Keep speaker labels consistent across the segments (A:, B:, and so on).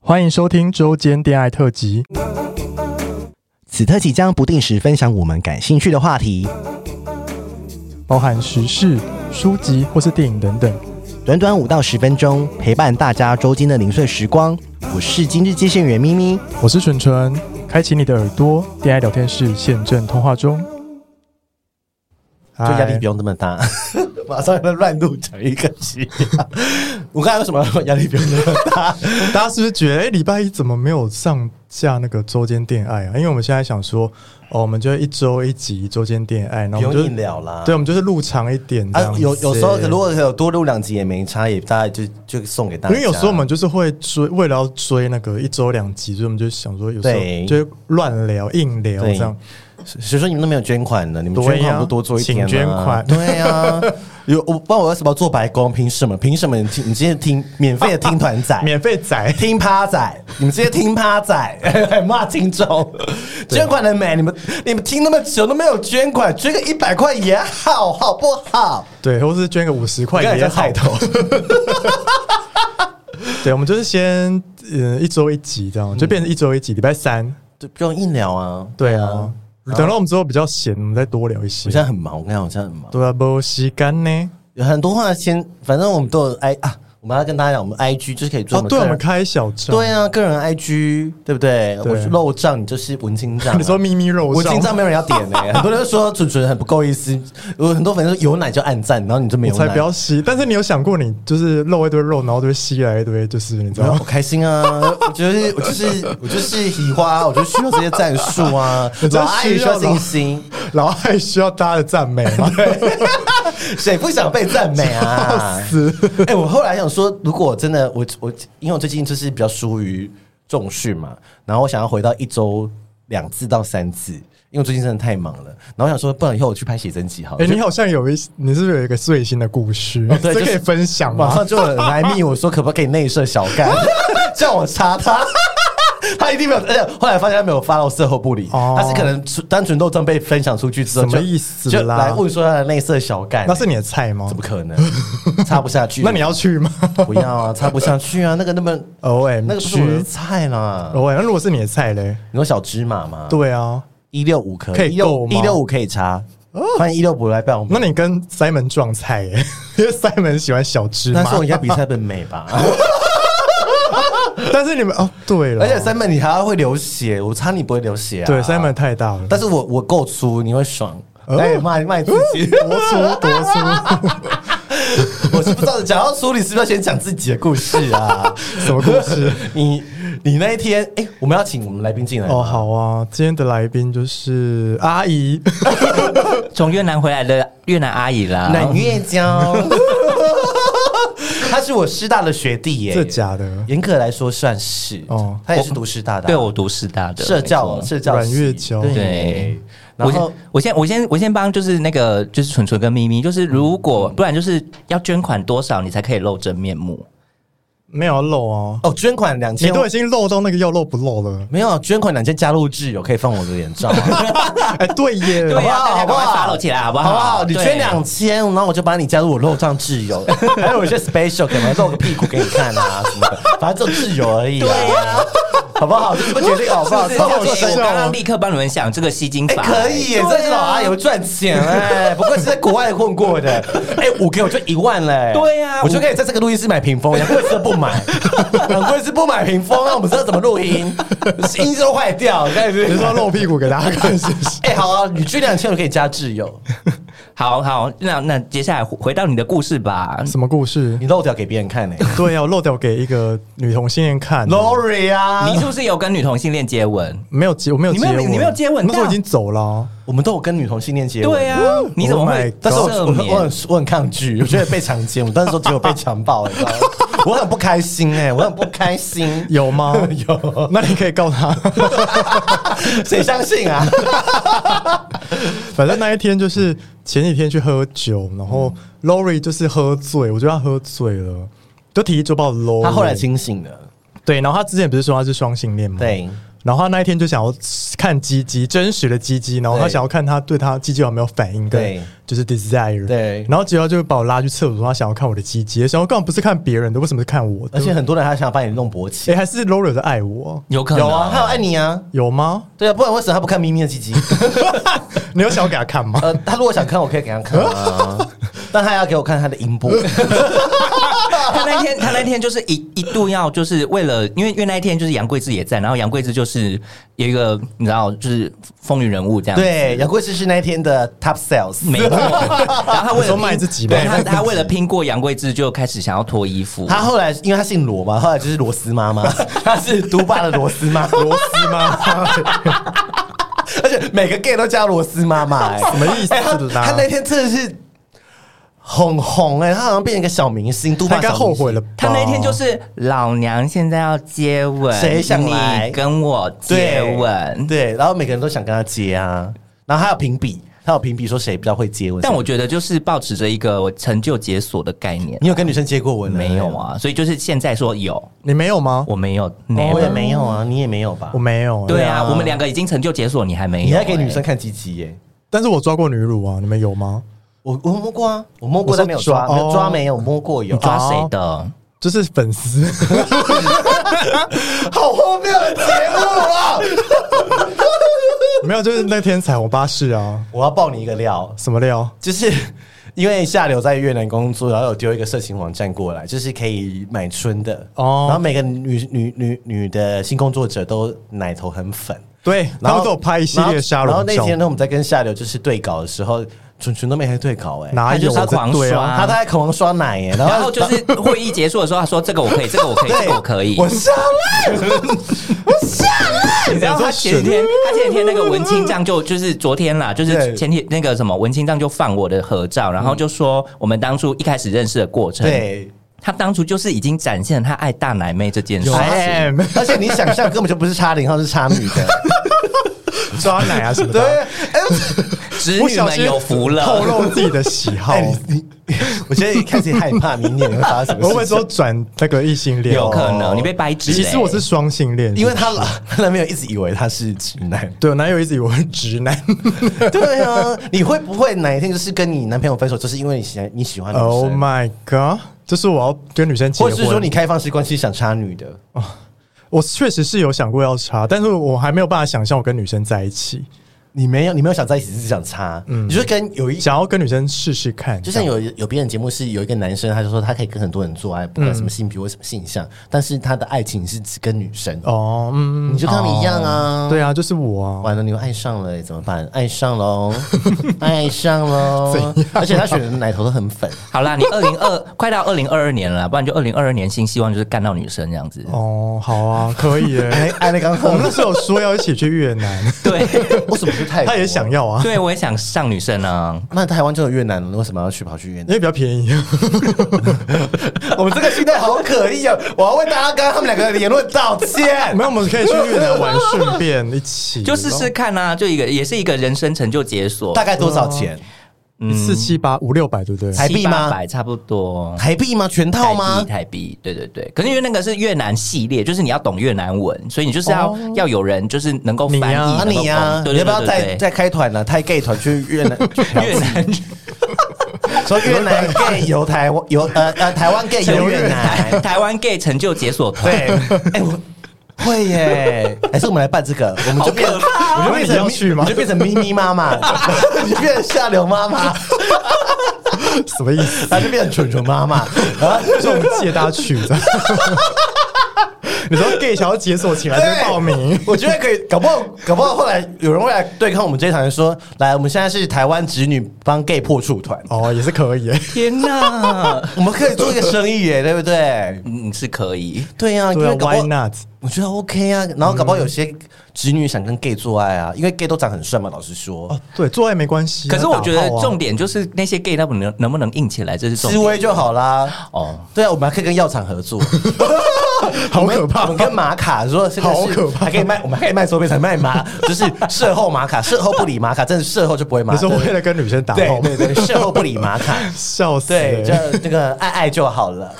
A: 欢迎收听周间恋爱特辑。
B: 此特辑将不定时分享我们感兴趣的话题，
A: 包含时事、书籍或是电影等等。
B: 短短五到十分钟，陪伴大家周间的零碎时光。我是今日接线员咪咪，
A: 我是纯纯，开启你的耳朵，恋爱聊天室现正通话中。
B: 就压力不用这么大， 马上要乱录成一个系。 我刚才为什么压力不用那么大？
A: 大家是不是觉得，哎、礼拜一怎么没有上架那个周间恋爱啊？因为我们现在想说，哦，我们就一周一集周间恋爱，然后
B: 不
A: 我
B: 用
A: 们就
B: 硬聊啦。
A: 对，我们就是录长一点这样
B: 啊，
A: 子、
B: 有有时候如果有多录两集也没差，也大概就就送给大
A: 因
B: 家。
A: 为有时候我们就是会追，为了要追那个一周两集，所以我们就想说，有时候
B: 对
A: 就会乱聊、硬聊这
B: 对
A: 样。
B: 谁说你们都没有捐款呢？你们
A: 对
B: 捐
A: 呀
B: 款不多做一
A: 请
B: 点、啊
A: 捐款，
B: 对啊，有我不知道我为什么要做白工，凭什么？凭什么你听？你今天听免费的听团仔
A: 免费仔，
B: 听趴仔，你们直接听趴仔， 骂听众，捐款了没？你们你们听那么久都没有捐款，捐个一百块也好，好不好？
A: 对，或是捐个五十块
B: 我刚才
A: 也
B: 在
A: 好
B: 菜。头，
A: 对，我们就是先嗯一周一集这样，就变成一周一集，礼拜三。
B: 就不用硬聊啊。
A: 对啊，等到我们之后比较闲，我们再多聊一
B: 我
A: 些
B: 现。在很忙，我跟你讲，我现在很忙，
A: 对啊，不吸干呢？
B: 有很多话先，反正我们都有 I 啊，我们要跟大家讲，我们 IG 就是可以
A: 哦，
B: 做我们
A: 对，我
B: 个人
A: 们开小账。
B: 对啊，个人 IG 对不对？我是漏账， 你就是文青账、啊
A: 你说咪咪肉
B: 文
A: 上
B: 青账没有人要点呢、 很多人说纯纯很不够意思。有很多粉丝说有奶就按赞，然后你就没
A: 我
B: 有奶
A: 才不要吸。但是你有想过，你就是露一堆肉，然后就会吸来一堆，就是你知
B: 然
A: 道
B: 后
A: 吗？
B: 我开心啊！我就是我就是我就是喜花，我就需要这些战术 啊
A: 你，真
B: 老
A: 的
B: 爱
A: 需
B: 需
A: 要
B: 要信心，
A: 然后还需要大家的赞美 吗？
B: 谁不想被赞美 啊？
A: 是。
B: 哎、我后来想说，如果真的我我，因为我最近就是比较疏于重训嘛，然后我想要回到一周两次到三次，因为我最近真的太忙了。然后我想说，不然以后我去拍写真集好了。
A: 哎、
B: 就
A: 你好像有一，你是不是有一个最新的故事？
B: 哦对
A: 这
B: 就是
A: 可以分享
B: 马
A: 吗？
B: 上就有人来密我说，可不可以内射小 干，叫我查他。 他一定没有，而且后来发现他没有发到售后不理，
A: 哦
B: 他是可能纯单纯都这样被分享出去之后就，
A: 什么意思
B: 就
A: 啦
B: 来问说他的内射小干，
A: 那是你的菜吗
B: 怎？么可能插不下去？
A: 那你要去 吗
B: 不要啊，插不下去啊，那个 那么
A: ？O M
B: 那个不是我的
A: G，
B: 菜啦。
A: O M，那如果哦是你的菜嘞？
B: 你说小芝麻吗？，
A: 对啊，
B: 一六五可
A: 可以
B: 以
A: 购
B: 165，
A: 吗哦
B: 一六五可以查，欢迎一六五来办我们。
A: 那你跟 Simon 撞菜耶、因为 Simon 喜欢小芝麻
B: 那。是我应该比赛本美 吧？
A: 但是你们哦，对了，
B: 而且 Simon 你还会流血，我差你不会流血啊。
A: 对 Simon 太大了，
B: 但是我我够粗，你会爽。
A: 哦
B: 哎，骂骂你自己，
A: 多粗多粗，
B: 我是不知道。讲到粗，你是不是要先讲自己的故事啊？
A: 什么故事？
B: 你你那一天，哎，我们要请我们来宾进来
A: 哦，好啊，今天的来宾就是阿 姨，
C: 从越南回来的越南阿姨啦，
B: 南月娇， 他是我师大的学弟耶，
A: 这假的
B: 严格来说算是
A: 哦
B: 哦，他也是读师大的啊，
C: 对我读师大的
B: 社
C: 没
B: 教
C: 错
B: 社教
A: 阮
B: 系
A: 月娇
C: 对
B: 对，然
C: 我先
B: 后，
C: 我先，我先，我先帮，就是那个，就是纯纯跟咪咪，就是如果
B: 嗯
C: 不然，就是要捐款多少你才可以露真面目？
A: 没有要露哦，
B: 哦，捐款两
A: 你
B: 千，
A: 都已经露到那个要露不露了，
B: 没有捐款两千加入制有可以放我的脸照啊，
A: 哎，对耶，
C: 对啊大家
B: 好不
C: 赶快
B: 好？
C: follow 起来好不好
B: 好不好？你
C: 对
B: 捐两千，然后我就把你加入我肉账挚 友，还有一些 special 可能露个屁股给你看 啊什么的，反正就挚友而已。对啊，好不好？这不决定好不好？
C: 是
B: 这好
C: 不
B: 笑
C: 是我
B: 哦
C: 刚刚立刻帮你们想这个吸金
B: 哎、
C: 法，
B: 可以耶，
C: 对啊
B: 这是老阿有赚钱哎、 不过是在国外混过的。啊哎、五给我就一万嘞、
C: 对呀
B: 我就可以在这个录音室买屏 风，杨贵是不买，杨贵是不买屏风，那我们知道怎么录 音，音就坏掉，你看是
A: 你说
B: 不是？
A: 要露屁股给大家看是不是？
B: 哎、好啊，你捐两千，我可以加挚友，
C: 好好，那那接下来回回到你的故事
B: 啊
C: 吧。
A: 什么故事？
B: 你漏掉给别人看呢、哎
A: 对啊，我漏掉给一个女同性恋看。
B: Lori 啊，
C: 你是不是有跟女同性恋接吻？
A: 没有接，我没有
C: 你
A: 接
C: 没有
A: 吻，
C: 你没有接吻
A: 那时候已
C: 到
A: 经走了啊、
B: 我们都有跟女同性恋结婚，
C: 对啊，你怎么
A: Oh my
C: 会
A: God
B: 但是我
C: 赦
B: 我很我
C: 免
B: 很我很抗拒，我觉得被强奸，我那时候只有被强暴，你知道 吗？我很不开心哎、我很不开心。
A: 有 吗？
B: 有，
A: 那你可以告他。
B: 谁相信 啊？
A: 反正那一天就是前几天去喝酒，然后
B: 嗯
A: Lori 就是喝醉，我觉得他喝醉了，就提议就把我 Lori。
B: 他后来清醒了，
A: 对，然后他之前不是说他是双性恋吗？
B: 对，
A: 然后他那一天就想要看鸡鸡，真实的鸡鸡，然后他
B: 对
A: 想要看他对他鸡鸡有没有反应，跟
B: 对
A: 就是 desire，
B: 对
A: 然后结果他就把我拉去厕所，他想要看我的鸡鸡，想要干嘛不是看别人的，为什么是看我的？
B: 而且很多人还想把你弄勃起
A: 哎，。还是 Lori 在爱我，
C: 有可能
B: 有啊，他有爱你啊。
A: 有 吗？
B: 对啊，不然为什么他不看咪咪的鸡 鸡？
A: 你有想要给他看 吗？
B: 呃，他如果想看，我可以给他看 啊，但他要给我看他的音波。
C: 他那天，他那天就是一一度要，就是为了，因为因为那一天就是杨贵志也在，然后杨贵志就是有一个你知道，就是风云人物这样。，
B: 对，杨贵志是那一天的 top sales，
C: 没错。然后他为
A: 你说
C: 了
A: 卖
C: 拼
A: 自己吧
C: 对他他为了拼过杨贵志，就开始想要脱衣服。
B: 他后来因为他姓罗嘛，后来就是罗斯 妈妈，她是都霸的罗斯妈，
A: 螺丝 吗？
B: 而且每个 gay 都叫罗斯妈 妈、哎，
A: 什么意思
B: 哎她
A: 啦
B: 他那天真的是很红哎、她好像变成一个小明星，都
A: 他
B: 霸
A: 应该
B: 小
A: 后
B: 明星
A: 悔了。吧？
C: 他那天就是老娘现在要接吻，
B: 谁想来
C: 你跟我接
B: 对
C: 吻？
B: 对，然后每个人都想跟他接啊，然后还有评比，他有评比说谁比较会接吻，
C: 但我觉得就是保持着一个我成就解锁的概念，
B: 你有跟女生接过吻呢
C: 没有？啊，所以就是现在说有，
A: 你没有吗？
C: 我没有
B: 哦我也
C: ，never，
B: 没有啊，你也没有吧
A: 我？没有，欸
C: 对
B: 啊
C: 啊，我们两个已经成就解锁，你还没有欸，
B: 你还给女生看鸡鸡耶？
A: 但是我抓过女乳啊，你们有吗？
B: 我我摸过啊，我摸
A: 我
B: 过
A: 说
B: 但没有抓，
A: 抓
B: 没有
A: 哦
B: 抓没有摸过有哦
C: 你，抓谁的？
A: 啊就是粉丝，
B: 好荒谬的节 目啊！
A: 没有，就是那天彩虹巴士啊，
B: 我要爆你一个料，
A: 什么料？
B: 就是因为下流在越南工作，然后有丢一个色情网站过来，就是可以买春的
A: 哦
B: 哦。然后每个女女女女的性工作者都奶头很粉，
A: 对，
B: 然
A: 然
B: 后
A: 后都有拍一系列沙
B: 然后
A: 龙
B: 那
A: 照，
B: 天呢，我们在跟下流就是对稿的时候，纯纯都没开对稿哎、
A: 哪
C: 他就
A: 有
C: 是要
A: 我在
C: 狂
A: 对啊？
C: 刷
B: 他在狂刷奶耶、然后
C: 然后就是会议结束的时候，他说这个我可以，这个我可以，这个我可以。
B: 我
A: 啊
B: 上了，
C: 你知道他前几天，他前几天那个文青丈就就是昨天啦，就
B: 对
C: 是前天那个什么文青丈就放我的合照，
A: 嗯
C: 然后就说我们当初一开始认识的过程，，
B: 对。
C: 他当初就是已经展现了他爱大奶妹这件事
A: 有
C: 情。
A: 哎
B: 而且你想象根本就不是差零号，是差女的。
A: 抓奶啊什么
B: 对，
A: 的，
B: 哎、
C: 侄
A: 不
C: 女
A: 小
C: 们
A: 心
C: 有福
A: 透
C: 了，
A: 露自己的喜好
B: 哎，你你，我觉得一开始害怕明年会发生什么
A: 我
B: 事
A: 会不
B: 情。
A: 会说转那个异性恋？
C: 有可能
B: 哦
C: 你被掰直、
A: 其
C: 欸。
A: 实我是双性恋，。
B: 因为她老她男朋友一直以为她是直男
A: 对我男友一直以为我是直 男，
B: 对啊，你会不会哪一天就是跟你男朋友分手，就是因为你喜你喜欢女
A: Oh
B: 生，
A: my god！就是我要跟女生结
B: 哦或
A: 婚，
B: 者是说你开放式关系想插女的？
A: 我确实是有想过要插，但是我还没有办法想象我跟女生在一起，
B: 你没有，你没有想在一起，只是想插。嗯，你就跟有一
A: 想要跟女生试试看。
B: 就像
A: 这样
B: 有有别人节目是有一个男生，他就说他可以跟很多人做爱，不管什么性别或什么性向，但是他的爱情是只跟女生。
A: 哦，嗯，
B: 你就跟他们一样啊。
A: 对啊，就是我啊，
B: 完了，你又爱上了、哎怎么办？爱上 喽，爱上喽！而且他选的奶头都很粉，
C: 好啦，你二零二 快到二零二二年了啦，不然就二零二二年新希望就是干到女生这样子。
A: 哦，好啊，可以 耶。
B: 爱爱的哎刚
A: 我
B: 好
A: 们。那时候有说要一起去越 南，
C: 对，
B: 为什么是泰国？
A: 他也想。要 啊，
C: 对我也想上女生啊。
B: 那台湾就有越南了，为什么要去跑去越
A: 因？为比较便 宜。
B: 我们这个心态好可疑啊！我要为大家跟他们两个的言论道 歉
A: 没。有，我们可以去越南玩，顺便一起，
C: 就试试看啊，就一个也是一个人生成就解锁，
B: 嗯大概多少钱？嗯
A: 四七八五六百，对不对？
B: 台币吗
C: 百差不多。
B: 台币吗？全套
C: 台
B: 吗
C: 币，？台币，对对对。可是因为那个是越南系列，就是你要懂越南文，所以你就是要、要有人就是能够翻
A: 你呀
C: 译。
B: 啊，
C: 能够
B: 哦你呀
C: 懂，
B: 你要
C: 对对
B: 不要
C: 对
B: 再
C: 对
B: 再开团 呢？泰 gay 团去越南，
C: 越南
B: 说越南 gay 游台湾游呃呃台湾 gay 游越 南
C: 台。台湾 gay 成就解锁团，
B: 对，哎、我会耶，啊还是我们来办这个，我们就变，我就变
A: 你要
B: 成
A: 去吗
B: 我就变成咪咪妈 妈，你就变成下流妈 妈，
A: 什么意思？
B: 然后就变成蠢蠢妈啊妈，然后
A: 就我们借大家去 的。你说 gay 想要解锁起来就报名，
B: 我觉得可以，搞不好，搞不好后来有人会来对抗我们这一场，说来，我们现在是台湾直女帮 gay 破处团，
A: 哦，也是可以耶。
C: 天哪，
B: 我们可以做一个生意耶，对不对？
C: 嗯是可以。
B: 对呀、啊，因
A: 对啊
B: 为搞不好
A: ，Why not？
B: 我觉得 OK 啊，然后搞不好有些直女想跟 gay 做爱啊，因为 gay 都长很帅嘛，老实说，
A: 嗯哦，对，做爱没关系啊。
C: 可是我觉得
A: 打炮啊
C: 重点就是那些 gay 他们能能不能硬起来，这是重
B: 示
C: 点
B: 威就好啦。
C: 哦。
B: 对啊，我们还可以跟药厂合作，
A: 好可
B: 我
A: 怕
B: 们！跟玛卡说，真的是
A: 好可怕
B: 还可以卖，我们还可以卖周边才 卖玛，就是事后玛卡，事后不理玛卡，真的事后就不会 玛。
A: 你是为了跟女生打
B: 对
A: 炮吗？
B: 对对，事后不理玛卡，
A: 笑死、
B: 对，就
A: 欸！
B: 这个爱爱就好了。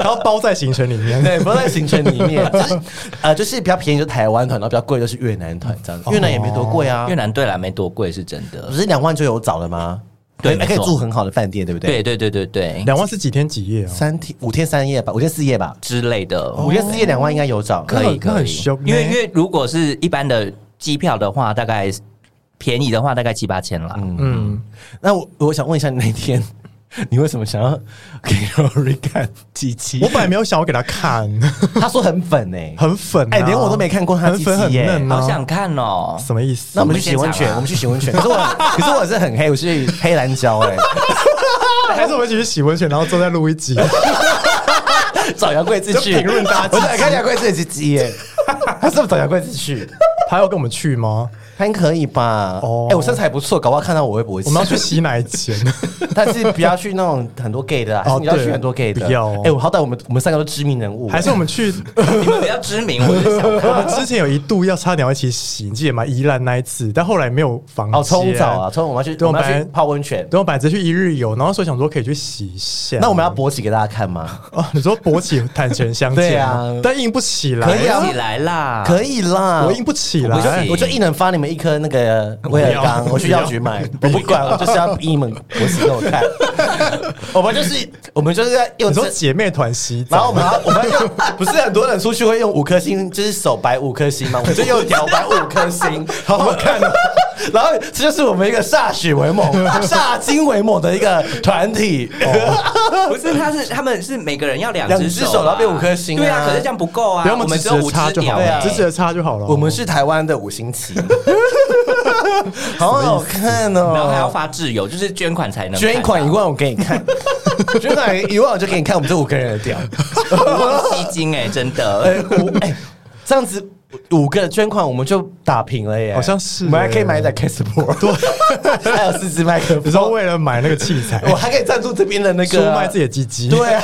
A: 然后包在行程里面。
B: 对，不在行程里面， 就是呃，就是比较便宜就是台湾团，然后比较贵就是越南团这样子。越南也没多贵啊
C: 越，南对啦没多贵是真的
B: 不。是两万就有找了吗？哎
C: 对
B: 还可以
C: 没错
B: 住很好的饭店，对不对？，
C: 对对对对对
A: 两万是几天几夜啊？
B: 三天五天三夜吧，五天四夜吧，
C: 之类的，
B: 五天四夜两万应该有找。
C: 可
A: 那
C: 以
A: 很那
C: 可
A: 很
C: 以
A: 凶，呢
C: 因为因为如果是一般的机票的话，大概便宜的话大概七八千啦。
A: 嗯，
B: 那我我想问一下，你那天 你为什么想要给 Rory 看鸡鸡
A: 我？本来没有想要给他看，
B: 他说很粉诶、
A: 很粉、啊，
B: 哎连我都没看过他
A: 很
B: 鸡
A: 粉很
B: 鸡耶
A: 嫩
C: 好
A: 啊
C: 想，看哦，
A: 什么意思？
B: 那我们去
C: 去
B: 洗温泉，
C: 现场啊
B: 我们去洗温泉。可是我，可是我是很黑，我是黑蓝胶哎、
A: 还是我们一起去洗温泉，然后坐在录一 集，
B: 找杨贵自
A: 就
B: 去
A: 评论大
B: 我 想看杨贵自的鸡鸡 耶，还是我找杨贵自去？
A: 他要跟我们去吗？
B: 还可以吧？
A: 哦
B: 哦，哎，我身材不错，搞不好看到我会不会？
A: 我们要去，洗奶前，
B: 但是不要去那种很多 gay 的啊，还
A: 哦
B: 是你要
A: 对
B: 去很多 gay 的。
A: 不要哦
B: 哎，我好歹我们我们三个都知名人物，
A: 还是我们去？呃
C: 你们比较知名，我 就想
A: 我
C: 看。
A: 们之前有一度要差点要一起洗，你记得吗？宜兰那一次，但后来没有房间。
B: 哦冲澡啊，冲我们要去，
A: 对
B: 我们
A: 我
B: 要
A: 们
B: 去泡温泉。
A: 对，我啊本来只是去一日游，然后所以想说可以去洗一下。
B: 那我们要勃起给大家看吗？
A: 哦，你说勃起坦诚相见
B: 对
A: 吗，
B: 啊
A: 但硬不起来，
B: 可以啊
C: 起来啦，
B: 可以啦，
A: 我硬不起
B: 我
A: 来
C: 行。
B: 就我就一人发你们一颗那个威尔刚，
A: 不要
B: 我去药局买，我不管，我就是要逼你们勃起给 我看。我们就是我们就是要用
A: 你说
B: 这
A: 姐妹团洗
B: 然
A: 澡
B: 后我们要我们要用，不是很多人出去会用五颗星，就是手摆五颗星嘛，我们就用屌摆五颗星，好好看哦。然后这就是我们一个歃血为盟、歃精为盟的一个团体。
C: 不是，他是他们是每个人要两
B: 两
C: 只
B: 只手然后变五颗星啊
C: 对啊，可是这样不够啊，
A: 不要
C: 我
A: 们
C: 们
A: 直
C: 只有
A: 接
C: 五
A: 插
C: 只
A: 就好
C: 鸟
B: 对
A: 了，
B: 啊
C: 欸，
A: 直接插就好了。
B: 我们是台湾的五星旗，好好看哦。
C: 然后还要发挚友，就是捐款才能啊
B: 捐款一
C: 万
B: 万，我给你 看。捐款一万，我就给你看我们这五个人的屌。
C: 吸金哎，真
B: 哎、
C: 的。
B: 五哎、这样子五个人捐款，我们就打平了耶。
A: 好像是
B: 我们还
A: 耶
B: 可以买一台 Casper，对，还有四支麦克
A: 你
B: 风。
A: 说为了买那个器材，
B: 我还可以赞助这边的那
A: 出
B: 个啊
A: 卖自己的鸡鸡，
B: 对啊，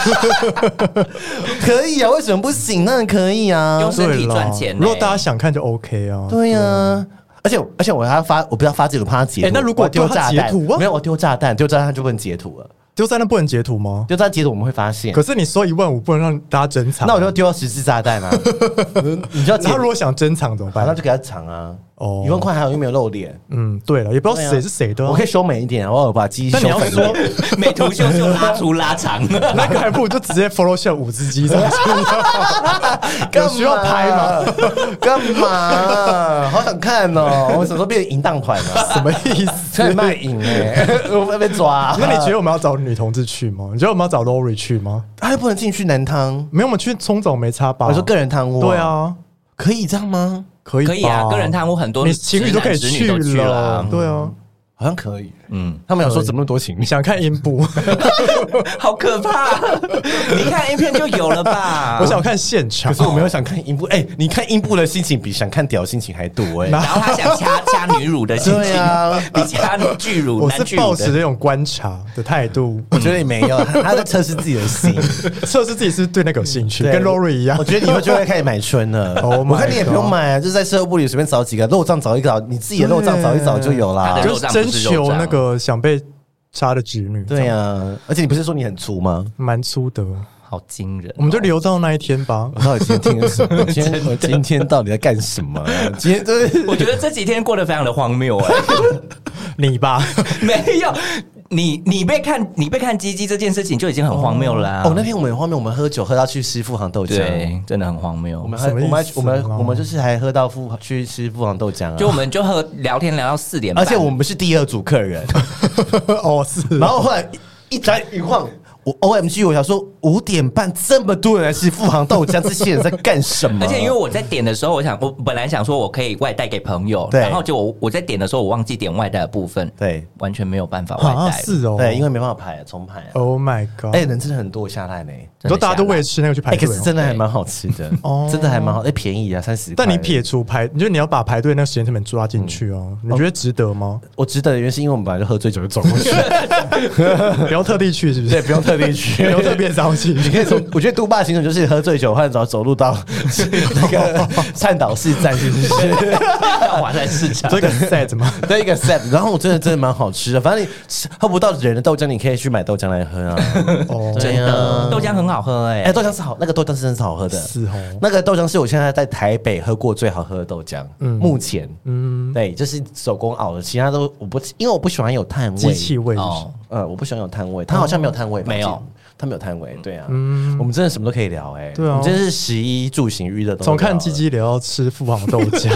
B: 可以啊，为什么不行？那可以啊，
C: 用身 体
A: 对啦
C: 赚钱欸
A: 如果大家想看就 OK 啊。
B: 对呀、而且而且我还要发，我不知道发截图，怕他截图。
A: 哎那如果
B: 我要丢
A: 丢他
B: 炸
A: 截
B: 弹，
A: 图啊
B: 没有我丢炸弹，丢炸弹就不能截图了。
A: 丢在那不能截图吗？
B: 丢炸弹截图我们会发现
A: 可。是你说一万五不能让大家珍藏，
B: 那我就丢了十支炸 弹啊！你就要截
A: 他
B: 图
A: 如果想珍藏怎么
B: 好，那
A: 办？
B: 就给他藏啊。
A: 哦
B: 哦，一万块还好，又没有露脸，
A: 嗯，对了，也不知
B: 对
A: 道
B: 啊
A: 谁是谁的啊。
B: 我可以修美一点，我有把鸡
A: 但你
B: 修
A: 要
B: 粉。啊
A: 说
C: 美图秀秀拉粗拉长，
A: 那个还不如就直接 Photoshop 五只鸡上去，啊 有需要拍吗？
B: 吗？ 干啊嘛？好想看哦！我什么时候变淫荡团 了？
A: 什么意思？
B: 在卖淫 哎，我会被抓啊。
A: 那你觉得我们要找女同志去吗？你觉得我们要找 Lori 去吗？
B: 他又不能进去男汤？
A: 没有，我们去冲澡没差吧？
B: 我说个人贪污，
A: 对，啊，
B: 可以这样吗？
A: 可以
C: 可以啊，
A: 吧
C: 个人贪污很多，
A: 你情侣
C: 直
A: 都
C: 男
A: 可以
C: 直女都去了
A: 了
C: 啊，，
A: 对啊。
B: 好像可以。
C: 嗯，
B: 他们有说怎么那么多 情
A: 你？想看阴 部，
C: 好可怕！你看 A 片就有了吧？
A: 我想看现场。
B: 可是我没有想看阴部，哎，你看阴部的心情比想看屌心情还多哎。
C: 然后他想掐掐女乳的心
B: 对
C: 情，
B: 啊
C: 比掐巨乳
A: 我
C: 男
A: 是
C: 巨乳
A: 抱持
C: 的
A: 这种观察的态 度，
B: 我觉得也没有，他在测试自己的心。
A: 测试自己是不是对那个有兴趣，
C: 嗯
B: 对
A: 跟 Lori 一样
B: 我。觉得以后就会开始买春 了
A: Oh。my
B: 我看你也不用买，啊就是在社会部里随便找几个肉胀找一找，你自己的肉胀找一找就有啦
C: 对。
A: 就
C: 肉
A: 是
C: 胀
A: 征
C: 不是肉
A: 求
C: 胀啊
A: 那个想被插的侄女，
B: 对呀，而且你不是说你很粗吗？
A: 蛮粗的。
C: 好惊人哦。
A: 我们就留到那一天 吧
B: 我。到底今天听了什么？今天我今天到底在干什么啊？今天真
C: 我
B: 是
C: 觉得这几天过得非常的荒谬哎、
A: 你吧，
C: 没有你你被看你被看鸡鸡这件事情就已经很荒谬啦、
B: 哦，那天我们后面我们喝酒喝到去吃富航豆浆，
C: 对，真的很荒谬
B: 我。们
A: 什
B: 还
A: 么意
B: 我们还
A: 思
B: 我们
A: 啊
B: 我们就是还喝到富去吃富航豆浆
C: 就我
B: 啊。
C: 们就和聊天聊到四点半，
B: 而且我们是第二组客人，
A: 哦是，
B: 然后后来一一眨一晃，我 O M G，我想说五点半这么多人来吃富航豆浆，这些人在干什么？
C: 而且因为我在点的时候，我想我本来想说我可以外带给朋友，
B: 对
C: 然后就我我在点的时候我忘记点外带的部分，
B: 对
C: 完全没有办法外带了、
A: 啊 是哦，
B: 对，因为没办法排重排啊。
A: Oh my God，
B: 哎，人真的很多下来呢。
A: 你说大家都为了吃那个去排
B: 哎，可
A: 队
B: 是
A: 哦，
B: 真的还蛮好吃的
A: 哦，
B: 真的还蛮好，哎，便宜啊，三十。
A: 但你撇除排，你觉得你要把排队那个时间成本抓进去哦，你觉得值得吗？
B: 我值得的原 因是因为我们本来就喝醉酒就走过去，
A: 不要特地去是不
B: 对，
A: 是？
B: 不用特地去，
A: 不用特别找道清楚
B: 你。可以从我觉得都霸行程就是喝醉酒，或者走走路到那 个善导市站，是不是？
C: 到华山市场
A: 这个 set 吗？
B: 对一个 set，然后我真的真的蛮好吃的，反正你吃喝不到人的豆浆，你可以去买豆浆来 喝啊。
A: 哦，
B: 对啊
C: 真
B: 呀
C: 的豆浆很好喝
B: 呃
C: 哎、
B: 哎、豆浆是好，那个豆浆是真是好喝的，
A: 是哦
B: 那个豆浆是我现在在台北喝过最好喝的豆浆，目前，嗯，对，就是手工熬的，其他都我不，因为我不喜欢有碳味，
A: 机器味哦是不是
C: 哦，
B: 呃，我不喜欢有碳味，它好像没有碳味吧，
C: 没有
B: 记得，它没有碳味，对啊，我们真的什么都可以聊，哎，
A: 嗯对啊
B: 我们真的是十一住行娱乐都
A: 从看鸡
B: 鸡鸡，
A: 鸡聊到吃富航豆浆，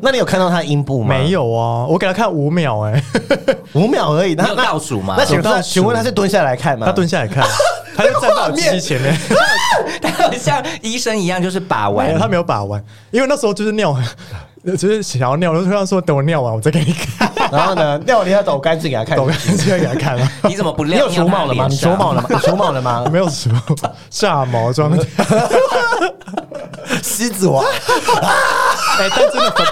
B: 那你有看到它的阴部吗？
A: 没，有啊，我给他看五秒、哎，
B: 五秒而已，那
C: 你有
B: 那
C: 倒数吗
B: 那请
A: 有倒
B: 问
A: 数
B: 请问他是蹲下来看吗？
A: 他蹲下来看，他就站到我鸡
B: 面
A: 鸡前面，
C: 它很 像医生一样，就是把
A: 没
C: 玩
A: 有，。他没有把玩，因为那时候就是尿，就是想要尿，我就跟他说等我尿完我再给你看，
B: 然后呢，尿你要抖干净给他看，
A: 抖干净再给他看了、
C: 你怎么不
B: 你
C: 亮？
B: 有除毛了吗？你除毛了吗？你除毛 了吗？
A: 没有什么炸毛装的，
B: 狮子王。
A: 哎、但真的粉，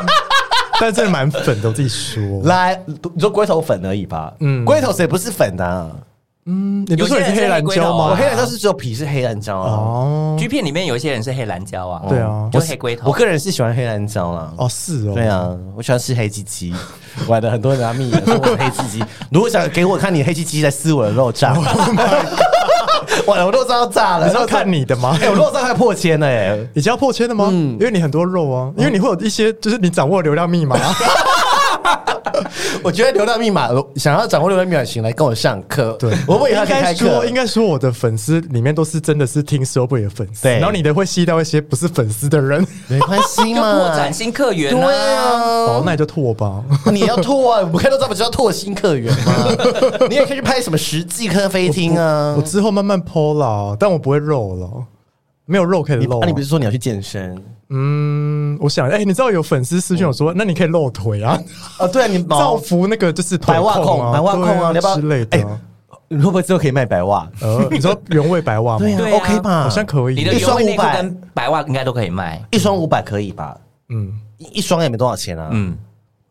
A: 但真的蛮粉的，我自己说，
B: 来，你说龟头粉而已吧。嗯，龟头谁不是粉的、啊？
A: 嗯，你不是说
C: 有
A: 你
C: 些
A: 是
C: 人
A: 黑蓝胶
C: 啊
B: 我
A: 吗？
B: 黑蓝胶是只有皮是黑蓝胶啊。
A: 哦
C: G 片里面有一些人是黑蓝胶啊，
A: 对啊
C: 就是黑龟头。
B: 我个人是喜欢黑蓝胶啦。
A: 哦是哦，
B: 对，啊，我喜欢吃黑鸡鸡，玩的很多人拿蜜眼说我是黑鸡 鸡。如果想给我看你黑鸡鸡在撕我 Oh 的肉炸，完了我肉炸要炸了。
A: 你是要看你的吗
B: 哎、我 嗯肉炸快破千了哎、
A: 已经要破千了吗？因为你很多肉啊，
B: 嗯
A: 因为你会有一些就是你掌握流量密码、啊
B: 我觉得流量密码，想要掌握流量密码，请来跟我上课。
A: 对，
B: 我不以
A: 应
B: 后去
A: 该
B: 开课
A: 说，。应该说我的粉丝里面都是真的是听 Subway 的粉丝，
B: 对
A: 然后你的会吸到一些不是粉丝的人，
B: 没关系
C: 就拓
B: 嘛，
C: 展新客源
B: 对
C: 啊，
B: 啊，
A: 哦，那你就拓吧。
B: 你要拓啊！我看到这不就要拓新客源吗？你也可以去拍什么实际咖啡厅啊
A: 我！之后慢慢 PO 啦，但我不会肉了，没有肉可以
B: 你
A: 露、
B: 啊，
A: 啊
B: 你不是说你要去健身
A: 嗯，我想，哎、你知道有粉丝私讯我
B: 嗯
A: 说，那你可以露腿啊，
B: 啊？对啊，你
A: 造
B: 毛
A: 福那个就是腿
B: 白袜
A: 控
B: 控、
A: 啊，
B: 白袜控
A: 对
B: 啊，你要不要
A: 之类的啊、
B: 哎你会不会之后可以卖白袜？
A: 呃，你说原味白袜吗？
B: 对
C: 啊
B: 啊，OK 吧？
A: 好像可以
C: 你的
B: 一
C: 原
B: 双
C: 味内裤
B: 500
C: 跟白袜应该都可以卖。
B: 一双五百可以吧？
A: 嗯，
B: 一一双也没多少钱啊。嗯，
C: 嗯，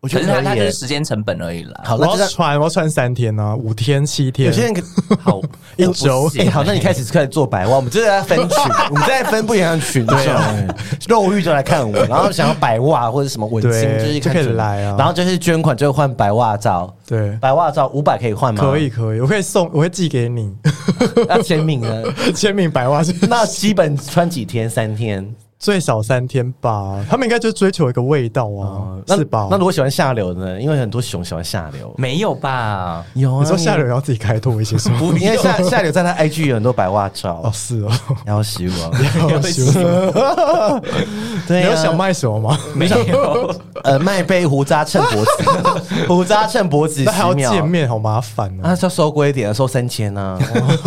B: 我觉
C: 可
B: 得
C: 是
B: 可
C: 它
B: 以
C: 它就
B: 耶
C: 是。时间成本而已啦。
B: 好，
A: 我
B: 那就
A: 要
B: 让
A: 穿，我要穿三天啊，五天、七天，
B: 有些人可
C: 好，
A: 一
C: 我不
A: 周
C: 信
B: 哎，好，那你开始开始做白袜，我们就是在分群， 我们在分不一样的群众，
A: 啊
B: 肉欲就来看我，然后想要白袜或者什么文青，
A: 对
B: 就是
A: 就
B: 看
A: 可以
B: 群
A: 来啊
B: 然后就是捐款，就换白袜照，
A: 对
B: 白袜照五百可以换吗？
A: 可以，可以，我可以送，我会寄给你
B: 要签名呢。
A: 签名白袜是
B: 那基本穿几天？三天，
A: 最少三天吧，他们应该就追求一个味道啊，
B: 哦那
A: 是吧？
B: 那如果喜欢下流呢？因为很多熊喜欢下流，
C: 没有吧？
B: 有啊
A: 你说下流，要自己开拓一些 什么？
B: 不，因为下下流在他 IG 有很多白袜
A: 啊哦，
B: 照，
A: 是哦，
B: 要死我，
A: 要死
B: 我。 对
A: 你
B: 啊，
A: 有想卖什么吗？
C: 没有，
B: 呃卖杯胡渣衬脖 子，胡渣衬脖子
A: 那还要
B: 十
A: 见
B: 秒。
A: 面，好麻烦
B: 啊，
A: 哦。
B: 就收贵一点，收三千啊，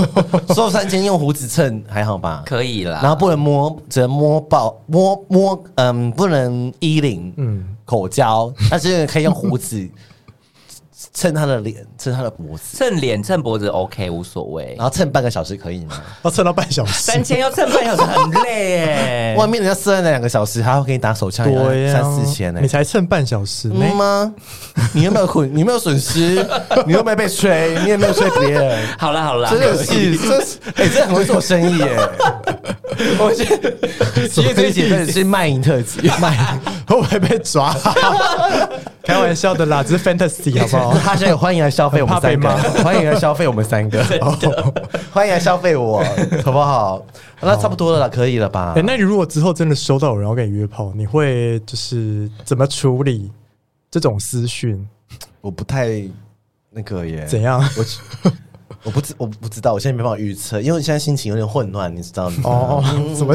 B: 收三千用胡子衬还好吧？
C: 可以啦。
B: 然后不能摸，只能摸爆摸摸，嗯，不能衣领，
A: 嗯
B: 嗯，口交，但是可以用胡子蹭他的脸，蹭他的脖子，
C: 蹭脸蹭脖子 OK 无所谓
B: 然，后蹭半个小时可以吗？
A: 要撑到半小时，
C: 三千要蹭半小时很累 哎。
B: 外面人家四那两个小时，还要给你打手枪，
A: 对呀，
B: 啊三四千呢欸
A: 你。才撑半小时呢
B: 嗯。吗？你有没有 捆？你有没有损失？你又没有被吹？你也没有吹别人。
C: 好啦好啦，
B: 真的是，这是哎、真的很会做生意耶！ 我觉得， 其实这一集真的是卖淫特辑， 卖
A: 会不会被抓？开玩笑的啦，只是 fantasy 好不好？
B: 他现在欢迎来消费我们三个
A: 很怕，
B: 欢迎来消费我们三 个，欢迎来消费我， 好不好？那差不多了啦，可以了吧
A: 哎、？那你如果之后真的收到有人要跟你约炮，你会就是怎么处理这种私讯？
B: 我不太那个耶，
A: 怎样？
B: 我 我不知我不知道，我现在没办法预测，因为现在心情有点混乱，你知道吗？
A: 哦，怎么？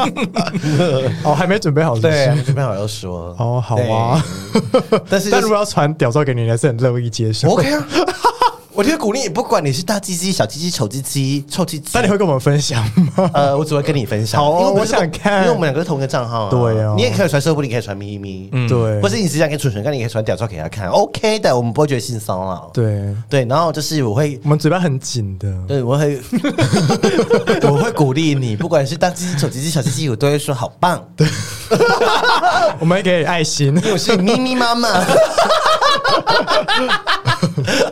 A: 哦，还没准备好是不
B: 对，
A: 是？
B: 没办法要说。
A: 哦好啊
B: 对，但是
A: 但如
B: 就是
A: 果要传屌照给你，你还是很乐意接受。
B: OK 啊。 我觉得鼓励你，不管你是大鸡鸡、小鸡鸡、丑鸡鸡、臭鸡鸡，
A: 那你会跟我们分享吗？
B: 呃，我只会跟你分享。
A: 好哦
B: 因为们是
A: 我想看
B: 因为我们两个是同一个账号啊。
A: 对啊
B: 你也可以传射不，你也可以传咪咪，嗯，
A: 对，
B: 或是你只想给蠢蠢看，你可以传屌照给他看，OK 的，我们不会觉得性骚扰。
A: 对，
B: 对，然后就是我会。
A: 我们嘴巴很紧 的。
B: 对，我会， 我会鼓励你，不管是大鸡鸡、丑鸡鸡、小鸡鸡，我都会说好棒。对，
A: 我们给爱心，
B: 我是咪咪妈妈。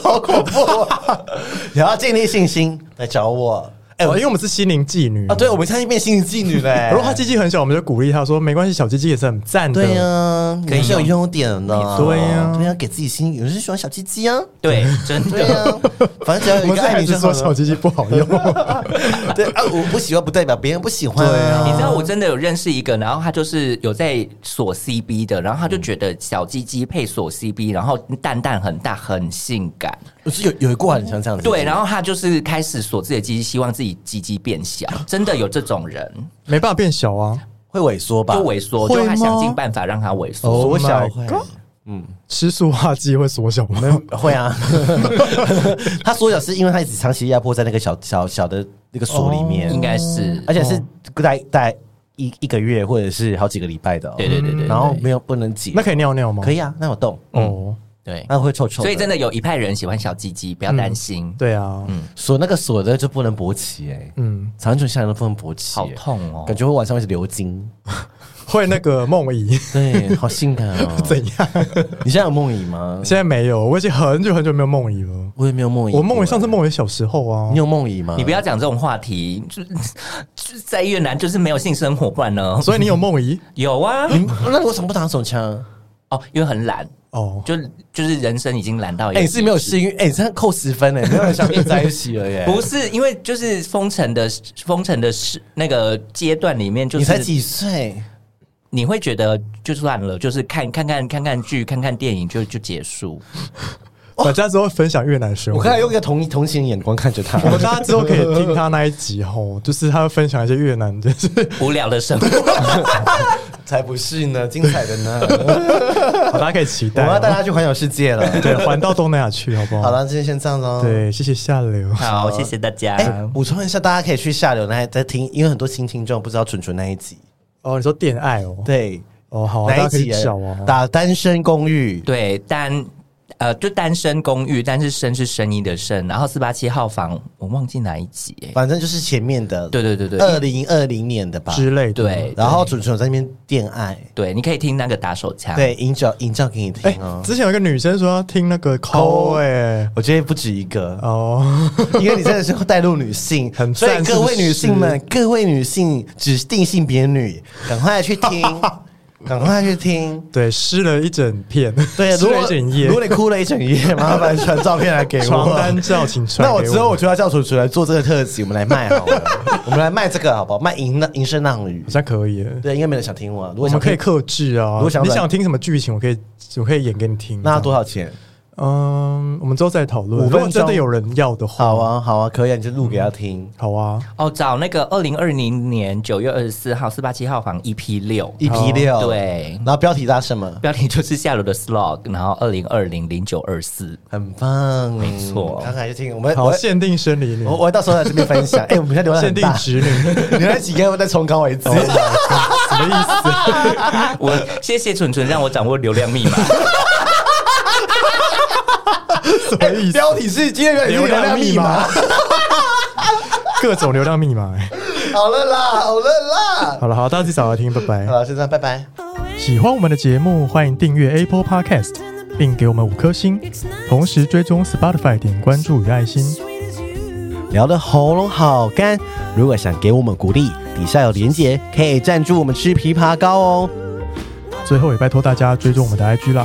B: 好恐怖、啊！你要建立信心来找我。哎、
A: 哦
B: 我
A: 因为我们哦是心灵妓女
B: 啊，对，我们差点变心灵妓女嘞、
A: 如果他鸡鸡很小，我们就鼓励他说没关系，小鸡鸡也是很赞的。
B: 对呀、可以是有优点的。
A: 啊对啊
B: 对呀、给自己心，有人是喜欢小鸡鸡啊。
C: 对，真
B: 对呀、
C: 的。
B: 反正只要
A: 啊我
B: 有一
A: 们是
B: 个爱
A: 还
B: 你
A: 是
B: 就
A: 说
B: 好
A: 小
B: 了。
A: 鸡鸡不好用？
B: 对啊，我不喜欢不代表别人不喜欢、啊。
C: 你知道我真的有认识一个，然后他就是有在锁 CB 的，然后他就觉得小鸡鸡配锁 CB，然后蛋蛋很大，很性感。
B: 我是有有一过很像这样子。
C: 对，然后他就是开始锁自己的鸡鸡，希望自己鸡鸡变小。真的有这种人，
A: 没办法变小啊，
B: 会萎缩吧？
C: 就萎缩，
A: 会
C: 就
A: 吗
C: 他想尽办法让他萎缩。
A: Oh
B: 缩小
A: my
B: 会。
A: God 吃塑化剂会缩小吗？
B: 会啊， 他缩小是因为他一直长期压迫在那个小小小的那个锁里面，
C: 哦应该是，哦
B: 而且是大概大概一一个月或者是好几个礼拜的、哦，
C: 对对对对
B: 然后没有不能挤，
A: 那可以尿尿吗？
B: 可
A: 以
B: 以嗯啊，那有洞，
A: 哦，
C: 对，
B: 那会臭臭，
C: 所以真
B: 的
C: 的有一派人喜欢小鸡鸡，不要担心。
A: 对啊，嗯
B: 锁那个锁的就不能勃起哎、
A: 嗯，
B: 长久下来都不能勃起、欸
C: 好痛哦
B: 感觉我晚上会一直流 精，
A: 会那个梦遗
B: 对，好性感 哦。
A: 怎样？
B: 你现在有梦遗吗？
A: 现在没有，我已经很久很久没有梦遗了。
B: 我也没有梦遗过，
A: 我梦遗上次梦遗小时候啊
B: 你，有梦遗吗？
C: 你不要讲这种话题，就是就是在越南就是没有性生活，不然呢？
A: 所以你有梦遗
C: 有啊，
B: 你那你为什么不打手枪？
C: 哦，因为很懒，
A: 哦。
C: 就就是人生已经懒到一个
B: 哎、你是没有幸运，哎、你这样扣十分哎、没有人想跟你在一起了耶。
C: 不是因为就是封城的封城的是那个阶段里面，就
B: 你才
C: 是
B: 几岁？
C: 你会觉得就算了，就是看看看看看剧，看看电影就就结束。
A: 大家之后分享越南生
B: 我
A: 活
B: 刚，才用一个同同情的眼光看着他
A: 我，们大家之后可以听他那一集吼，就是他会分享一些越南， 就是
C: 无聊的生活，
B: 才不是呢，精彩的呢。
A: 大家可以期
B: 我
A: 待
B: 们要带
A: 哦。
B: 他去环游世界了。
A: 对，环到东南亚去好不好？
B: 好了，今天先这样喽。。
A: 对，谢谢下流。
C: 好，谢谢大家。
B: 哎、补充一下，大家可以去下流那再听，因为很多新听众不知道纯纯那一集，
A: 哦，你说恋爱哦？
B: 对，
A: 哦，好啊，大
B: 那一
A: 家可以
B: 集哎
A: 找哦。
B: 打单身公寓，
C: 对，单呃就单身公寓，但是声是声音的声，然后四八七号房，我忘记哪一集、欸。
B: 反正就是前面的，
C: 对对对对
B: 二零二零年的吧。
A: 之类的。
C: 对
B: 然后纯纯有在那边恋爱，
C: 对，你可以听那个打手枪。
B: 对，营造营造给你
A: 哎、
B: 听哦。
A: 之前有一个女生说要听那个
B: Call
A: call 哎、
B: 我觉得不止一个，
A: 哦，
B: 因为你真的是会带入女性，
A: 很
B: 所以
A: 赞
B: 各
A: 是不
B: 位
A: 是
B: 女性们，各位女性指定性别女，赶快去 听，赶快去听。
A: 对，湿了一整片，
B: 对，
A: 湿
B: 如果
A: 了一整夜
B: 如，果你哭了一整夜，麻烦传照片来给
A: 床单
B: 我。
A: 照请 传
B: 那我
A: 给
B: 之后我就要叫楚楚来做这个特辑，我们来卖好 了，我们来卖这个好不好？卖银浪银声浪语
A: 好，像可以耶。
B: 对，应该没人想听我啊。
A: 我
B: 如果
A: 们
B: 想
A: 可以
B: 听，
A: 克制啊，
B: 如果想
A: 你
B: 软
A: 想听什么剧情，我可以我可以演给你听。
B: 那要
A: 这
B: 多
A: 样
B: 少钱？
A: 嗯，我们之后再讨
B: 五
A: 论。如
B: 分钟
A: 果真的有人要的话，
B: 好，啊，好啊，可以，啊，你就录给他听。
A: 好啊，
C: 哦，找那个二零二零年九月二十四号四八七号房 EP 六，
B: 一
A: 啊
B: E P 六，
C: 对
B: 然后标题搭什么？
C: 标题就是下流的 slog，然后二零二零零九二四。
B: 很棒，没
C: 错
B: 刚才就听我们，
A: 好，
B: 哎我
A: 限定生理女
B: 我，我到时候在这边分享。 哎、我们现在流量
A: 限
B: 很
A: 定
B: 大，
A: 直 女，
B: 你那几个在冲高为止。
A: 什么意思？
C: 我谢谢蠢蠢让我掌握流量密码，
A: 什么意思？
B: 标题是今天原来是流量密码。，
A: 各种流量密码。哎
B: 好了啦，好了啦，
A: 好了，好，大家自己找来听，拜拜
B: 好。了，就这样，拜拜。
A: 喜欢我们的节目，欢迎订阅 Apple Podcast，并给我们五颗星，同时追踪 Spotify 点关注与爱心。
B: 聊的喉咙好干，如果想给我们鼓励，底下有连结，可以赞助我们吃枇杷膏哦。
A: 最后也拜托大家追踪我们的 IG 啦，